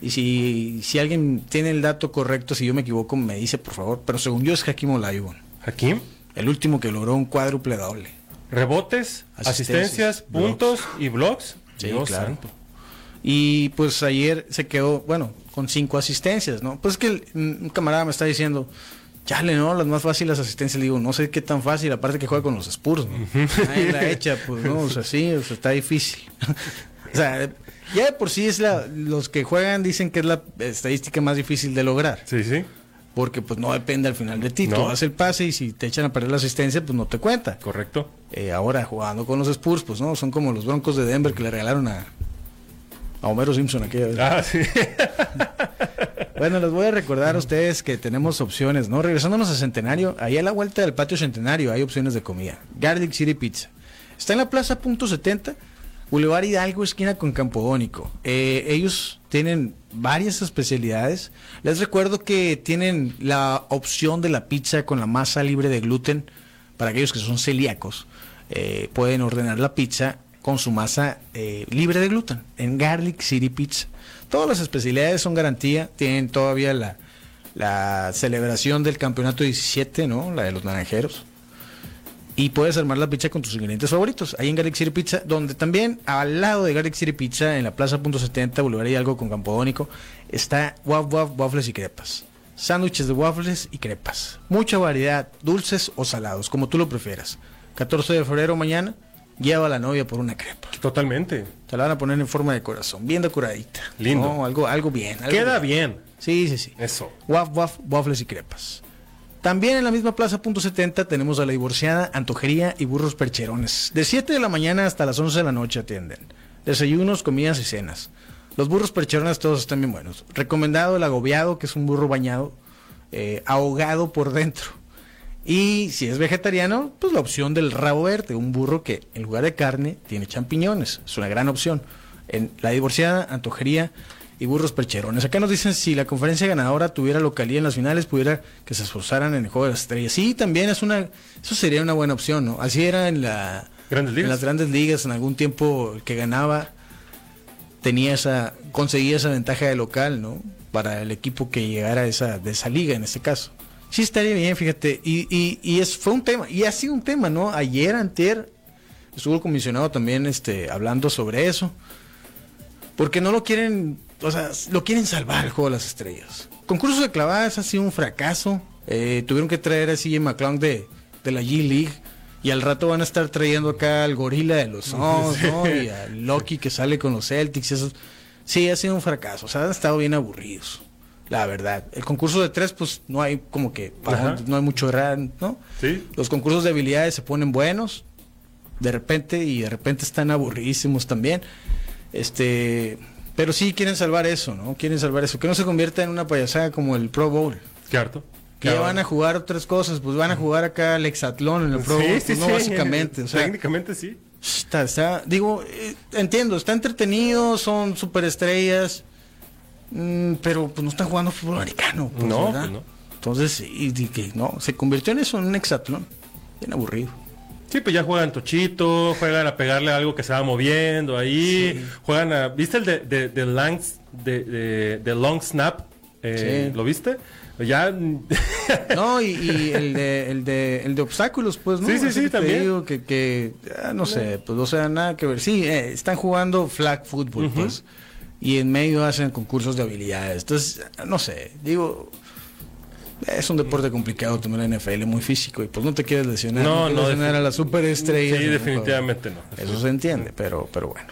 [SPEAKER 1] Y si, si alguien tiene el dato correcto, si yo me equivoco, me dice por favor. Pero según yo es Hakim Olajuwon.
[SPEAKER 2] Hakim,
[SPEAKER 1] El último que logró un cuádruple doble.
[SPEAKER 2] rebotes, asistencias,
[SPEAKER 1] Asistencias,
[SPEAKER 2] puntos y blogs.
[SPEAKER 1] Sí, claro. Y pues ayer se quedó, bueno, con cinco asistencias, ¿no? Pues es que el- un camarada me está diciendo, chale, ¿no? Las más fáciles las asistencias, le digo, no sé qué tan fácil, aparte que juega con los Spurs, ¿no? Nadie la echa, pues, ¿no? O sea, sí, o sea, está difícil. o sea, ya de por sí es la, los que juegan dicen que es la estadística más difícil de lograr,
[SPEAKER 2] Sí, sí,
[SPEAKER 1] porque pues no depende al final de ti, tú
[SPEAKER 2] No.
[SPEAKER 1] haces el pase y si te echan a perder la asistencia, pues no te cuenta.
[SPEAKER 2] correcto.
[SPEAKER 1] Eh, ahora jugando con los Spurs, pues no, son como los Broncos de Denver que le regalaron a, a Homero Simpson aquella vez.
[SPEAKER 2] Ah, sí.
[SPEAKER 1] Bueno, les voy a recordar a ustedes que tenemos opciones, ¿no? Regresándonos a Centenario, ahí a la vuelta del patio Centenario hay opciones de comida. Garlic City Pizza. Está en la plaza punto 70, Boulevard Hidalgo, esquina con Campodónico. Eh, ellos tienen varias especialidades. Les recuerdo que tienen la opción de la pizza con la masa libre de gluten para aquellos que son celíacos. eh, pueden ordenar la pizza con su masa eh, libre de gluten en Garlic City Pizza. Todas las especialidades son garantía, tienen todavía la, la celebración del campeonato 17, ¿no? La de los naranjeros. Y puedes armar la pizza con tus ingredientes favoritos. Ahí en Garlic City Pizza, donde también al lado de Garlic City Pizza, en la Plaza Punto 70, Boulevard y algo con Campodónico, está Waf Waf Waffles y Crepas. Sándwiches de waffles y crepas. Mucha variedad, dulces o salados, como tú lo prefieras. 14 de febrero mañana, lleva a la novia por una crepa.
[SPEAKER 2] Totalmente.
[SPEAKER 1] Te la van a poner en forma de corazón, bien decoradita.
[SPEAKER 2] Lindo.
[SPEAKER 1] No, algo, algo bien. algo
[SPEAKER 2] Queda bien.
[SPEAKER 1] Sí, sí, sí.
[SPEAKER 2] Eso.
[SPEAKER 1] Waf, waf, waffles y crepas. También en la misma plaza, punto 70, tenemos a la divorciada, antojería y burros percherones. De 7 de la mañana hasta las 11 de la noche atienden. Desayunos, comidas y cenas. Los burros percherones todos están bien buenos. Recomendado el agobiado, que es un burro bañado, eh, ahogado por dentro. Y si es vegetariano, pues la opción del rabo verde, un burro que en lugar de carne tiene champiñones. Es una gran opción. En la divorciada, antojería y burros percherones. Acá nos dicen si la conferencia ganadora tuviera localía en las finales, pudiera que se esforzaran en el juego de las estrellas. Sí, también es una, eso sería una buena opción, ¿no? Así era en la
[SPEAKER 2] Grandes Ligas.
[SPEAKER 1] en las grandes ligas, en algún tiempo el que ganaba tenía esa, conseguía esa ventaja de local, ¿no? Para el equipo que llegara a esa, de esa liga en este caso. Sí estaría bien, fíjate, y, y, y es, fue un tema, y ha sido un tema, ¿no? Ayer, antier, Estuvo el comisionado también este, hablando sobre eso. Porque no lo quieren, o sea, lo quieren salvar el juego de las estrellas. Concurso de clavadas ha sido un fracaso. Eh, tuvieron que traer a CJ McClung de, de la G-League. Y al rato van a estar trayendo acá al gorila de los Suns, ¿no? Y a Loki que sale con los Celtics. y Eso. Sí, ha sido un fracaso. O sea, han estado bien aburridos. La verdad. El concurso de tres, pues no hay como que. para-
[SPEAKER 2] Ajá.
[SPEAKER 1] no hay mucho error, ¿no?
[SPEAKER 2] Sí.
[SPEAKER 1] Los concursos de habilidades se ponen buenos. De repente, y de repente están aburridísimos también. Este. Pero sí quieren salvar eso, ¿no? Quieren salvar eso. Que no se convierta en una payasada como el Pro Bowl.
[SPEAKER 2] Cierto.
[SPEAKER 1] Que ya van a jugar otras cosas, pues van a jugar acá el hexatlón en el Pro Bowl, pues, no básicamente, o sea,
[SPEAKER 2] Técnicamente sí.
[SPEAKER 1] está, está- digo, eh, entiendo, está entretenido, son superestrellas, mm, pero pues no están jugando fútbol americano, pues,
[SPEAKER 2] No,
[SPEAKER 1] ¿verdad?
[SPEAKER 2] pues, no.
[SPEAKER 1] Entonces, y, y que no, se convirtió en eso, en un hexatlón, bien aburrido.
[SPEAKER 2] Sí, pues ya juegan tochito, juegan a pegarle a algo que se va moviendo ahí, juegan a... ¿Viste el de, de, de long, de, de- de long snap? Eh,
[SPEAKER 1] Sí.
[SPEAKER 2] ¿Lo viste? Ya...
[SPEAKER 1] No, y, y el, de, el, de, el de obstáculos, pues, ¿no?
[SPEAKER 2] Sí, sí,
[SPEAKER 1] Ese
[SPEAKER 2] sí,
[SPEAKER 1] que te
[SPEAKER 2] también.
[SPEAKER 1] digo que, que, ah, no sé, pues, o sea, nada que ver. Sí, eh, están jugando flag football, pues, y en medio hacen concursos de habilidades. Entonces, ah, no sé, digo, es un deporte complicado también la NFL, muy físico, y pues no te quieres lesionar.
[SPEAKER 2] No,
[SPEAKER 1] quieres
[SPEAKER 2] no,
[SPEAKER 1] lesionar a la
[SPEAKER 2] sí,
[SPEAKER 1] superestrella.
[SPEAKER 2] definitivamente no.
[SPEAKER 1] Eso se entiende, pero, pero bueno.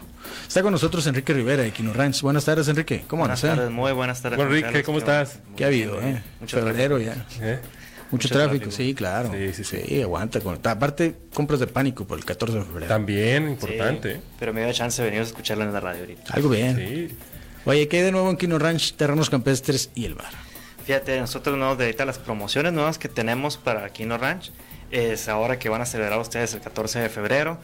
[SPEAKER 1] Está con nosotros Enrique Rivera de Kino Ranch. Buenas tardes, Enrique. ¿Cómo
[SPEAKER 3] Buenas
[SPEAKER 1] andas? eh?
[SPEAKER 3] tardes, muy buenas tardes.
[SPEAKER 2] Bueno, Rick,
[SPEAKER 3] Carlos,
[SPEAKER 2] ¿cómo
[SPEAKER 3] qué bueno.
[SPEAKER 2] estás?
[SPEAKER 3] Muy
[SPEAKER 1] ¿Qué ha habido,
[SPEAKER 3] bien,
[SPEAKER 1] eh?
[SPEAKER 3] bien. Mucho
[SPEAKER 1] Febrero ya.
[SPEAKER 2] ¿Eh?
[SPEAKER 1] Mucho,
[SPEAKER 3] Mucho
[SPEAKER 1] tráfico,
[SPEAKER 3] tráfico.
[SPEAKER 1] sí, claro. Sí, sí,
[SPEAKER 2] Sí, sí, sí.
[SPEAKER 1] aguanta. Con, aparte, compras de pánico por el 14 de febrero.
[SPEAKER 2] También,
[SPEAKER 3] Sí,
[SPEAKER 2] importante.
[SPEAKER 3] pero me dio chance de venir a escucharlo en la radio ahorita.
[SPEAKER 1] Algo bien.
[SPEAKER 2] Sí.
[SPEAKER 1] Oye, ¿qué hay de nuevo en Kino Ranch, Terrenos Campestres y el bar?
[SPEAKER 3] Fíjate, nosotros nos dedicamos a las promociones nuevas que tenemos para Kino Ranch. Es ahora que van a celebrar ustedes el 14 de febrero.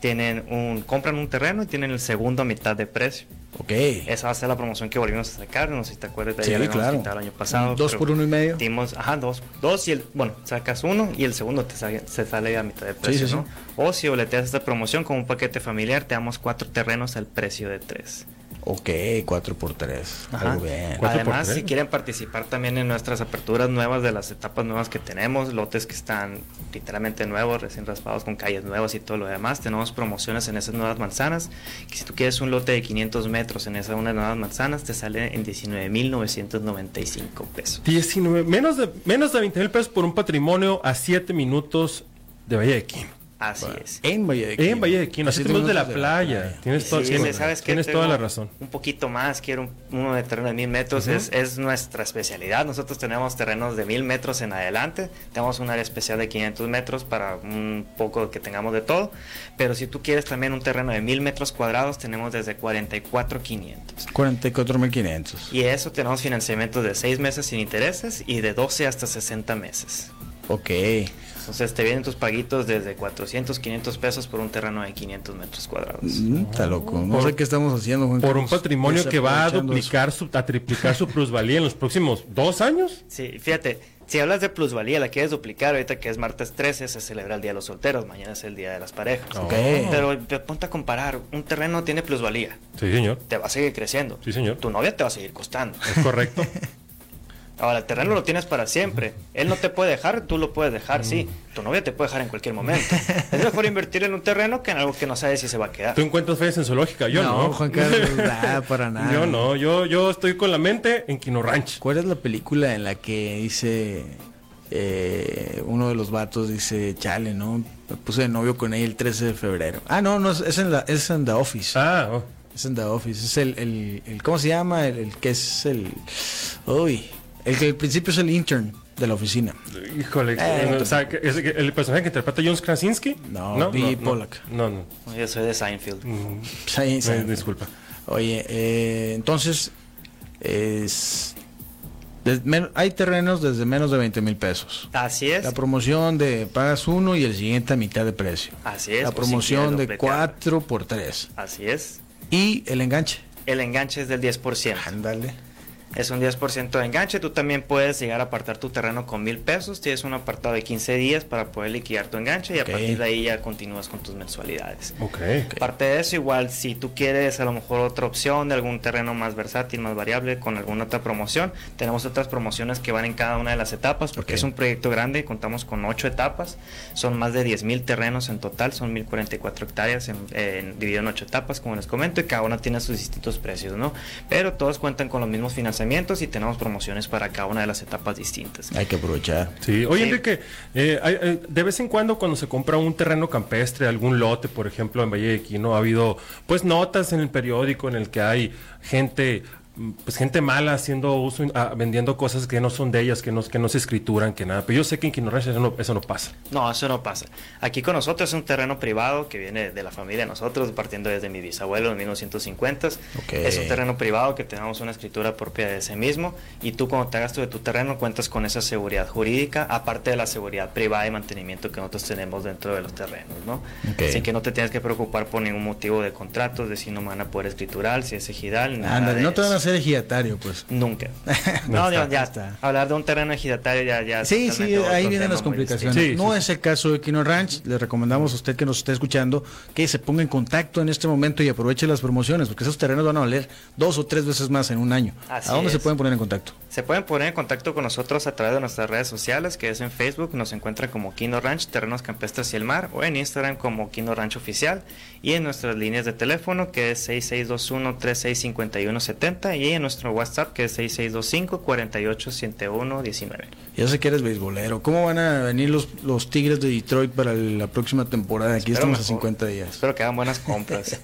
[SPEAKER 3] Tienen un, compran un terreno y tienen el segundo a mitad de precio.
[SPEAKER 1] Ok.
[SPEAKER 3] Esa va a ser la promoción que volvimos a sacar, no sé si te acuerdas de
[SPEAKER 1] Sí,
[SPEAKER 3] ahí habíamos
[SPEAKER 1] claro.
[SPEAKER 3] quitado el año pasado.
[SPEAKER 1] Dos
[SPEAKER 3] pero
[SPEAKER 1] por uno y medio.
[SPEAKER 3] dimos- ajá, dos, dos y el, bueno, sacas uno y el segundo te sale, se sale a mitad de precio,
[SPEAKER 1] sí,
[SPEAKER 3] ¿no?
[SPEAKER 1] sí.
[SPEAKER 3] O si boleteas esta promoción con un paquete familiar, te damos cuatro terrenos al precio de tres.
[SPEAKER 1] Ok, 4 por 3
[SPEAKER 3] Ajá.
[SPEAKER 1] Algo bien.
[SPEAKER 2] Cuatro por
[SPEAKER 3] Además,
[SPEAKER 2] tres.
[SPEAKER 3] si quieren participar también en nuestras aperturas nuevas de las etapas nuevas que tenemos, lotes que están literalmente nuevos, recién raspados con calles nuevas y todo lo demás, tenemos promociones en esas nuevas manzanas, que si tú quieres un lote de 500 metros en esa una de nuevas manzanas, te sale en 19.995 pesos.
[SPEAKER 2] 19, menos de, menos de 20 mil pesos por un patrimonio a 7 minutos de Valle de Quino.
[SPEAKER 3] Así es.
[SPEAKER 1] En Valle de Quino.
[SPEAKER 2] En Valle de Quino, a 7
[SPEAKER 1] minutos
[SPEAKER 2] minutos de la playa. Tienes, to-
[SPEAKER 3] Sí,
[SPEAKER 2] tienes-
[SPEAKER 3] dice, ¿sabes qué?
[SPEAKER 2] tienes
[SPEAKER 3] Tengo
[SPEAKER 2] toda la razón.
[SPEAKER 3] Un poquito más, quiero un- uno de terreno de mil metros, es, es nuestra especialidad. Nosotros tenemos terrenos de mil metros en adelante, tenemos un área especial de 500 metros para un poco que tengamos de todo, pero si tú quieres también un terreno de mil metros cuadrados, tenemos desde 44,500.
[SPEAKER 1] 44.500.
[SPEAKER 3] Y eso tenemos financiamientos de 6 meses sin intereses y de 12 hasta 60 meses.
[SPEAKER 1] Ok.
[SPEAKER 3] Entonces te vienen tus paguitos desde 400, 500 pesos por un terreno de 500 metros cuadrados.
[SPEAKER 1] Mm, Está loco. No
[SPEAKER 2] Por-
[SPEAKER 1] sé qué estamos haciendo, Juan
[SPEAKER 2] Por un
[SPEAKER 1] Carlos.
[SPEAKER 2] patrimonio que va a
[SPEAKER 1] Desaprovechando eso.
[SPEAKER 2] duplicar, su, a triplicar su plusvalía en los próximos dos años.
[SPEAKER 3] Sí, fíjate, si hablas de plusvalía, la quieres duplicar, ahorita que es martes 13, se celebra el Día de los Solteros, mañana es el Día de las Parejas.
[SPEAKER 2] Ok.
[SPEAKER 3] Pero te ponte a comparar, un terreno tiene plusvalía,
[SPEAKER 2] Sí, señor.
[SPEAKER 3] te va a seguir creciendo.
[SPEAKER 2] Sí, señor.
[SPEAKER 3] Tu novia te va a seguir costando.
[SPEAKER 2] Es correcto.
[SPEAKER 3] Ahora, el terreno lo tienes para siempre. Él no te puede dejar, tú lo puedes dejar, sí.
[SPEAKER 2] Mm.
[SPEAKER 3] Tu novia te puede dejar en cualquier momento. Es mejor invertir en un terreno que en algo que no sabes si se va a quedar.
[SPEAKER 2] Tú encuentras fallas en zoológica, yo
[SPEAKER 1] No,
[SPEAKER 2] no.
[SPEAKER 1] Juan Carlos, nada, para nada.
[SPEAKER 2] Yo no, yo, yo estoy con la mente en Quino Ranch.
[SPEAKER 1] ¿Cuál es la película en la que dice eh, uno de los vatos dice, chale, ¿no? Me puse de novio con ella el 13 de febrero. Ah, no, no, es, es en, la, es en The Office.
[SPEAKER 2] Ah, oh.
[SPEAKER 1] Es en The Office. Es el, el, el- ¿cómo se llama? El, el que es el... Uy, el que al principio es el intern de la oficina.
[SPEAKER 2] híjole.
[SPEAKER 1] Eh,
[SPEAKER 2] no, o sea, que- es que el personaje que interpreta John Krasinski.
[SPEAKER 1] No, Billy Pollack.
[SPEAKER 2] No, no.
[SPEAKER 3] Yo soy de Seinfeld.
[SPEAKER 2] Mm.
[SPEAKER 1] Pues ahí
[SPEAKER 2] Eh,
[SPEAKER 1] se-
[SPEAKER 2] disculpa.
[SPEAKER 1] Oye, eh, entonces, es, des- men- hay terrenos desde menos de 20 mil pesos.
[SPEAKER 3] Así es.
[SPEAKER 1] La promoción de pagas uno y el siguiente a mitad de precio.
[SPEAKER 3] Así es,
[SPEAKER 1] La
[SPEAKER 3] o si
[SPEAKER 1] promoción
[SPEAKER 3] quieres
[SPEAKER 1] de
[SPEAKER 3] dobletear.
[SPEAKER 1] 4 por 3
[SPEAKER 3] Así es.
[SPEAKER 1] Y el enganche.
[SPEAKER 3] El enganche es del 10%.
[SPEAKER 1] Ándale.
[SPEAKER 3] es un 10% de enganche. Tú también puedes llegar a apartar tu terreno con mil pesos. Tienes un apartado de 15 días para poder liquidar tu enganche y
[SPEAKER 1] Ok.
[SPEAKER 3] a partir de ahí ya continúas con tus mensualidades.
[SPEAKER 2] Ok.
[SPEAKER 3] Aparte de eso, igual si tú quieres a lo mejor otra opción de algún terreno más versátil, más variable, con alguna otra promoción, tenemos otras promociones que van en cada una de las etapas, porque
[SPEAKER 1] Ok.
[SPEAKER 3] es un proyecto grande, contamos con ocho etapas, son más de 10.000 terrenos en total, son 1.044 hectáreas en, en- dividido en ocho etapas, como les comento, y cada una tiene sus distintos precios, ¿no? Pero todos cuentan con los mismos financiamientos y tenemos promociones para cada una de las etapas distintas.
[SPEAKER 1] Hay que aprovechar.
[SPEAKER 2] Sí. Oye,
[SPEAKER 3] Sí.
[SPEAKER 2] Enrique, eh, hay- eh, de vez en cuando cuando se compra un terreno campestre, algún lote, por ejemplo, en Valle de Quino, ha habido pues notas en el periódico en el que hay gente mm, pues gente mala haciendo uso, in- ah, vendiendo cosas que no son de ellas, que no, que no se escrituran, que nada. Pero yo sé que en Quino Ranch eso no, eso no pasa.
[SPEAKER 3] No, eso no pasa. Aquí con nosotros es un terreno privado que viene de la familia de nosotros, partiendo desde mi bisabuelo en 1950.
[SPEAKER 1] Ok.
[SPEAKER 3] Es un terreno privado que tenemos una escritura propia de ese mismo y tú cuando te hagas tú de tu terreno cuentas con esa seguridad jurídica, aparte de la seguridad privada y mantenimiento que nosotros tenemos dentro de los terrenos, ¿no?
[SPEAKER 1] Ok.
[SPEAKER 3] Así que no te tienes que preocupar por ningún motivo de contratos, de si no me van a poder escriturar, si es ejidal, nada
[SPEAKER 1] Ándale,
[SPEAKER 3] de
[SPEAKER 1] no te van a
[SPEAKER 3] eso.
[SPEAKER 1] hacer ejidatario, pues.
[SPEAKER 3] Nunca. No,
[SPEAKER 1] está.
[SPEAKER 3] Dios, ya
[SPEAKER 1] Está.
[SPEAKER 3] está. Hablar de un terreno ejidatario ya, ya. es
[SPEAKER 1] Sí, sí,
[SPEAKER 3] totalmente otro
[SPEAKER 1] ahí vienen
[SPEAKER 3] tema pues,
[SPEAKER 1] las
[SPEAKER 3] muy
[SPEAKER 1] complicaciones.
[SPEAKER 2] distinto. Sí,
[SPEAKER 1] no
[SPEAKER 2] sí,
[SPEAKER 1] es el caso de Kino Ranch. Le recomendamos a usted que nos esté escuchando que se ponga en contacto en este momento y aproveche las promociones, porque esos terrenos van a valer dos o tres veces más en un año.
[SPEAKER 3] Así
[SPEAKER 1] ¿A dónde se
[SPEAKER 3] es.
[SPEAKER 1] pueden poner en contacto?
[SPEAKER 3] Se pueden poner en contacto con nosotros a través de nuestras redes sociales, que es en Facebook, nos encuentran como Kino Ranch, Terrenos Campestres y el Mar, o en Instagram como Kino Ranch Oficial, y en nuestras líneas de teléfono, que es 6621-365170, y en nuestro WhatsApp, que es 6625-487119.
[SPEAKER 1] Ya sé que eres beisbolero. ¿Cómo van a venir los, los Tigres de Detroit para la próxima temporada? Aquí
[SPEAKER 3] Espero
[SPEAKER 1] estamos a
[SPEAKER 3] mejor.
[SPEAKER 1] 50 días.
[SPEAKER 3] Espero que hagan buenas compras.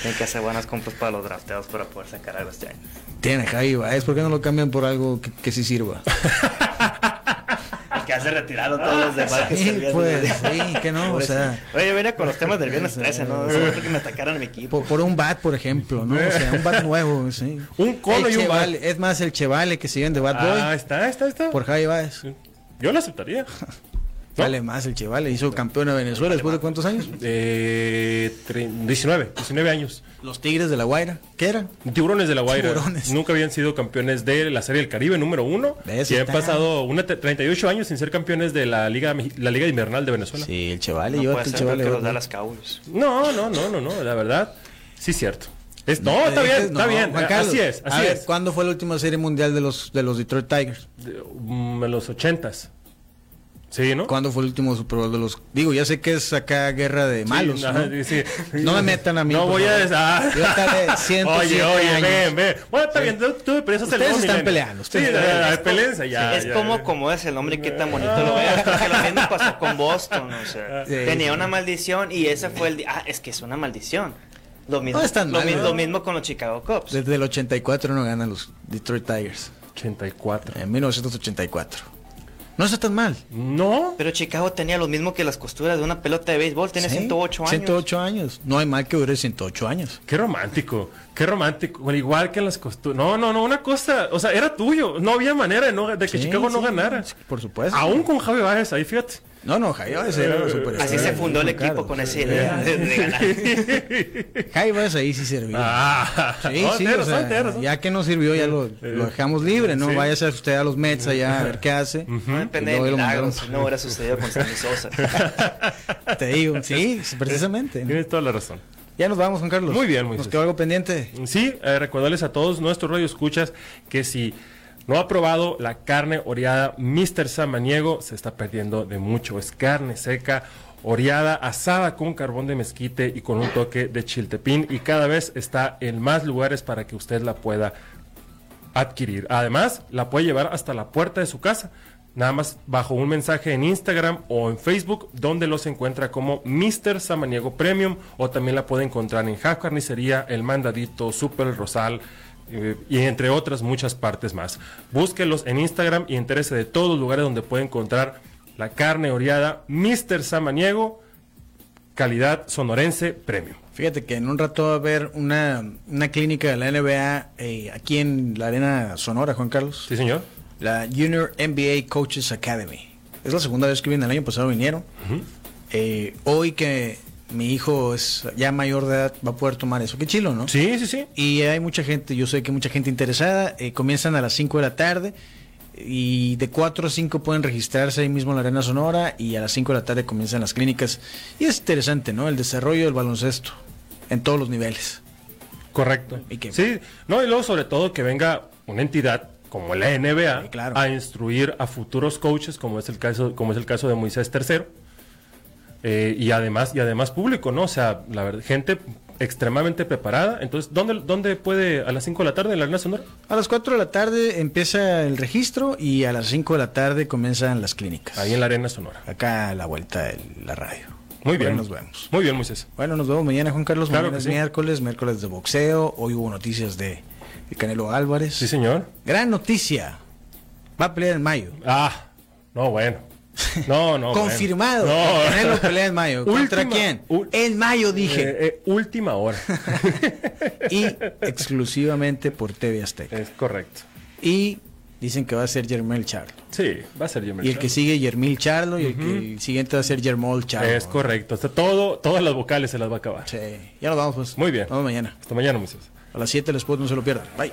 [SPEAKER 3] Tienen que hacer buenas compras para los drafteados para poder sacar algo este año.
[SPEAKER 1] Tiene Javi Baez, ¿por qué no lo cambian por algo que, que sí sirva?
[SPEAKER 3] El que hace retirado todos los demás que
[SPEAKER 1] Ah, Sí,
[SPEAKER 3] servían.
[SPEAKER 1] pues, sí, que no, o sea.
[SPEAKER 3] Oye, venía con los temas del viernes 13, ¿no? Solo porque me atacaron a mi equipo.
[SPEAKER 1] Por, por un bat, por ejemplo, ¿no? O sea, un bat nuevo, sí.
[SPEAKER 2] Un cono
[SPEAKER 1] El
[SPEAKER 2] y un bat.
[SPEAKER 1] Chevale, Es más, el chevale que se vende Bat Boy
[SPEAKER 2] Ah, está, está, está.
[SPEAKER 1] por Javi Baez.
[SPEAKER 2] Yo lo aceptaría. ¿No?
[SPEAKER 1] Vale más el chevale. Hizo campeón a Venezuela después de cuántos años.
[SPEAKER 2] Eh, tre- 19, 19 años.
[SPEAKER 1] Los Tigres de la Guaira. ¿Qué eran?
[SPEAKER 2] Tiburones de la Guaira.
[SPEAKER 1] Tiburones.
[SPEAKER 2] Nunca habían sido campeones de la Serie del Caribe número uno.
[SPEAKER 1] De eso
[SPEAKER 2] y han
[SPEAKER 1] está.
[SPEAKER 2] pasado una te- 38 años sin ser campeones de la Liga Mex- la Liga Invernal de Venezuela.
[SPEAKER 1] Sí, el chevale.
[SPEAKER 3] No
[SPEAKER 1] yo
[SPEAKER 3] puede
[SPEAKER 1] el
[SPEAKER 3] ser
[SPEAKER 1] chevale.
[SPEAKER 3] que
[SPEAKER 1] Bat
[SPEAKER 3] los
[SPEAKER 1] Boy.
[SPEAKER 3] Dallas Cowboys.
[SPEAKER 2] No, no, no, no, no, la verdad. Sí, cierto. Es, no,
[SPEAKER 1] Eh,
[SPEAKER 2] está bien,
[SPEAKER 1] este-
[SPEAKER 2] está
[SPEAKER 1] no,
[SPEAKER 2] bien.
[SPEAKER 1] Juan
[SPEAKER 2] eh,
[SPEAKER 1] Carlos,
[SPEAKER 2] así es, así
[SPEAKER 1] a ver,
[SPEAKER 2] es.
[SPEAKER 1] ¿Cuándo fue la última serie mundial de los, de los Detroit Tigers?
[SPEAKER 2] De- mm, En los ochentas. Sí, ¿no?
[SPEAKER 1] ¿Cuándo fue el último Super Bowl de los.? Digo, ya sé que es acá guerra de
[SPEAKER 2] Sí,
[SPEAKER 1] malos.
[SPEAKER 2] ajá,
[SPEAKER 1] ¿no?
[SPEAKER 2] sí.
[SPEAKER 1] No me metan a mí,
[SPEAKER 2] No
[SPEAKER 1] por
[SPEAKER 2] voy a.
[SPEAKER 1] favor.
[SPEAKER 2] des- ah.
[SPEAKER 1] Yo estaré 107
[SPEAKER 2] Oye, oye,
[SPEAKER 1] años.
[SPEAKER 2] ven, ven. Bueno, está bien, tú, tú pero eso es el
[SPEAKER 1] Ustedes
[SPEAKER 2] nuevo
[SPEAKER 1] están
[SPEAKER 2] milenio.
[SPEAKER 1] peleando, ustedes
[SPEAKER 2] Sí,
[SPEAKER 1] están
[SPEAKER 2] la- la-
[SPEAKER 1] peleando.
[SPEAKER 2] la pelense, ya.
[SPEAKER 3] es
[SPEAKER 2] ya,
[SPEAKER 3] como,
[SPEAKER 2] ya.
[SPEAKER 3] como es el nombre, qué tan bonito lo veas. Porque lo mismo pasó con Boston. O sea,
[SPEAKER 1] Sí.
[SPEAKER 3] tenía una maldición y ese fue el. di- Ah, es que es una maldición. Lo mismo,
[SPEAKER 1] No es tan
[SPEAKER 3] lo,
[SPEAKER 1] mal,
[SPEAKER 3] mi-
[SPEAKER 1] ¿no?
[SPEAKER 3] lo mismo con los Chicago Cubs.
[SPEAKER 1] Desde el 84 no ganan los Detroit Tigers.
[SPEAKER 2] 84.
[SPEAKER 1] En 1984. No está tan mal.
[SPEAKER 2] No.
[SPEAKER 3] Pero Chicago tenía lo mismo que las costuras de una pelota de béisbol. Tiene
[SPEAKER 1] Sí,
[SPEAKER 3] 108 años.
[SPEAKER 1] 108 años. No hay mal que dure 108 años.
[SPEAKER 2] Qué romántico, qué romántico. Bueno, igual que en las costuras. No, no, no, una cosa. O sea, era tuyo. No había manera de, no- de que
[SPEAKER 1] Sí,
[SPEAKER 2] Chicago no
[SPEAKER 1] sí,
[SPEAKER 2] ganara.
[SPEAKER 1] sí, por supuesto.
[SPEAKER 2] Aún con Javi Baez, ahí fíjate.
[SPEAKER 1] No, no, Javi Baez era una superestrella.
[SPEAKER 3] Así se fundó el equipo con esa idea de, de ganar.
[SPEAKER 1] Javi Baez ahí sí servía.
[SPEAKER 2] Ah,
[SPEAKER 1] Sí,
[SPEAKER 2] no,
[SPEAKER 1] sí,
[SPEAKER 2] tienes
[SPEAKER 1] o sea,
[SPEAKER 2] razón, tienes razón.
[SPEAKER 1] ya que no sirvió, ya lo, lo dejamos libre, ¿no?
[SPEAKER 2] Sí.
[SPEAKER 1] Váyase usted a los Mets allá a ver qué hace.
[SPEAKER 3] No depende
[SPEAKER 1] Y
[SPEAKER 3] de
[SPEAKER 1] luego lo
[SPEAKER 3] milagros.
[SPEAKER 1] mandaron-
[SPEAKER 3] No hubiera sucedido con Sammy Sosa.
[SPEAKER 1] Te digo, sí, precisamente.
[SPEAKER 2] Tienes toda la razón.
[SPEAKER 1] Ya nos vamos, Juan Carlos.
[SPEAKER 2] Muy bien,
[SPEAKER 1] Nos
[SPEAKER 2] Moisés.
[SPEAKER 1] quedó algo pendiente.
[SPEAKER 2] Sí, eh, recordarles a todos nuestros radioescuchas que si no ha probado la carne oreada Mr. Samaniego, se está perdiendo de mucho. Es carne seca, oreada, asada con carbón de mezquite y con un toque de chiltepín. Y cada vez está en más lugares para que usted la pueda adquirir. Además, la puede llevar hasta la puerta de su casa. Nada más bajo un mensaje en Instagram o en Facebook, donde los encuentra como Mr. Samaniego Premium, o también la puede encontrar en Half Carnicería, El Mandadito, Super El Rosal, eh, y entre otras muchas partes más. Búsquelos en Instagram y entérese de todos los lugares donde puede encontrar la carne oreada Mr. Samaniego, calidad sonorense premium.
[SPEAKER 1] Fíjate que en un rato va a haber una, una clínica de la NBA eh, aquí en la Arena Sonora, Juan Carlos.
[SPEAKER 2] Sí, señor.
[SPEAKER 1] La Junior NBA Coaches Academy. Es la segunda vez que vienen, el año pasado vinieron. Eh, hoy que mi hijo es ya mayor de edad, va a poder tomar eso. Qué chilo, ¿no?
[SPEAKER 2] Sí, sí, sí.
[SPEAKER 1] Y hay mucha gente, yo sé que mucha gente interesada, eh, comienzan a las 5 de la tarde y de 4 a 5 pueden registrarse ahí mismo en la Arena Sonora y a las 5 de la tarde comienzan las clínicas. Y es interesante, ¿no? El desarrollo del baloncesto en todos los niveles.
[SPEAKER 2] Correcto.
[SPEAKER 1] ¿Y qué?
[SPEAKER 2] Sí, no, y luego sobre todo que venga una entidad como la NBA
[SPEAKER 1] Sí, claro.
[SPEAKER 2] a instruir a futuros coaches, como es el caso, como es el caso de Moisés III, eh, y además, y además público, ¿no? O sea, la verdad, gente extremadamente preparada. Entonces, ¿dónde, dónde puede a las 5 de la tarde en la Arena Sonora?
[SPEAKER 1] A las 4 de la tarde empieza el registro y a las 5 de la tarde comienzan las clínicas.
[SPEAKER 2] Ahí en la Arena Sonora.
[SPEAKER 1] Acá a la vuelta de la radio.
[SPEAKER 2] Muy bien.
[SPEAKER 1] Ahí nos vemos.
[SPEAKER 2] Muy bien, Moisés.
[SPEAKER 1] Bueno, nos vemos mañana, Juan Carlos.
[SPEAKER 2] Claro
[SPEAKER 1] mañana
[SPEAKER 2] que
[SPEAKER 1] es
[SPEAKER 2] sí.
[SPEAKER 1] miércoles, miércoles de boxeo. Hoy hubo noticias de de Canelo Álvarez.
[SPEAKER 2] Sí, señor.
[SPEAKER 1] Gran noticia. Va a pelear en mayo.
[SPEAKER 2] Ah, no, bueno. No, no. Oh, bueno.
[SPEAKER 1] Confirmado.
[SPEAKER 2] No.
[SPEAKER 1] Canelo pelea en mayo. ¿Contra
[SPEAKER 2] Última-
[SPEAKER 1] quién?
[SPEAKER 2] ul-
[SPEAKER 1] En mayo, dije.
[SPEAKER 2] Eh, eh, última hora.
[SPEAKER 1] Y exclusivamente por TV Azteca.
[SPEAKER 2] es correcto.
[SPEAKER 1] Y dicen que va a ser Jermel Charlo.
[SPEAKER 2] Sí, va a ser Jimmy
[SPEAKER 1] Y el que sigue, Yermil Charlo. Y el, que el siguiente va a ser Yermol Charlo.
[SPEAKER 2] Es correcto. Está todo, todas las vocales se las va a acabar.
[SPEAKER 1] Sí. Ya nos vamos, pues.
[SPEAKER 2] Muy bien.
[SPEAKER 1] Nos vemos mañana.
[SPEAKER 2] Hasta mañana, Moisés.
[SPEAKER 1] A las 7 después no se lo pierdan. Bye.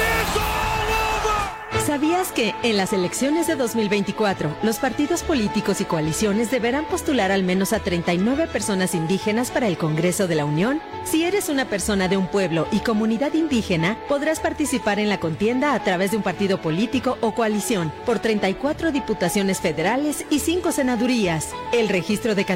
[SPEAKER 4] ¿Sabías que en las elecciones de 2024 los partidos políticos y coaliciones deberán postular al menos a 39 personas indígenas para el Congreso de la Unión? Si eres una persona de un pueblo y comunidad indígena, podrás participar en la contienda a través de un partido político o coalición por 34 diputaciones federales y 5 senadurías. El registro de candidatos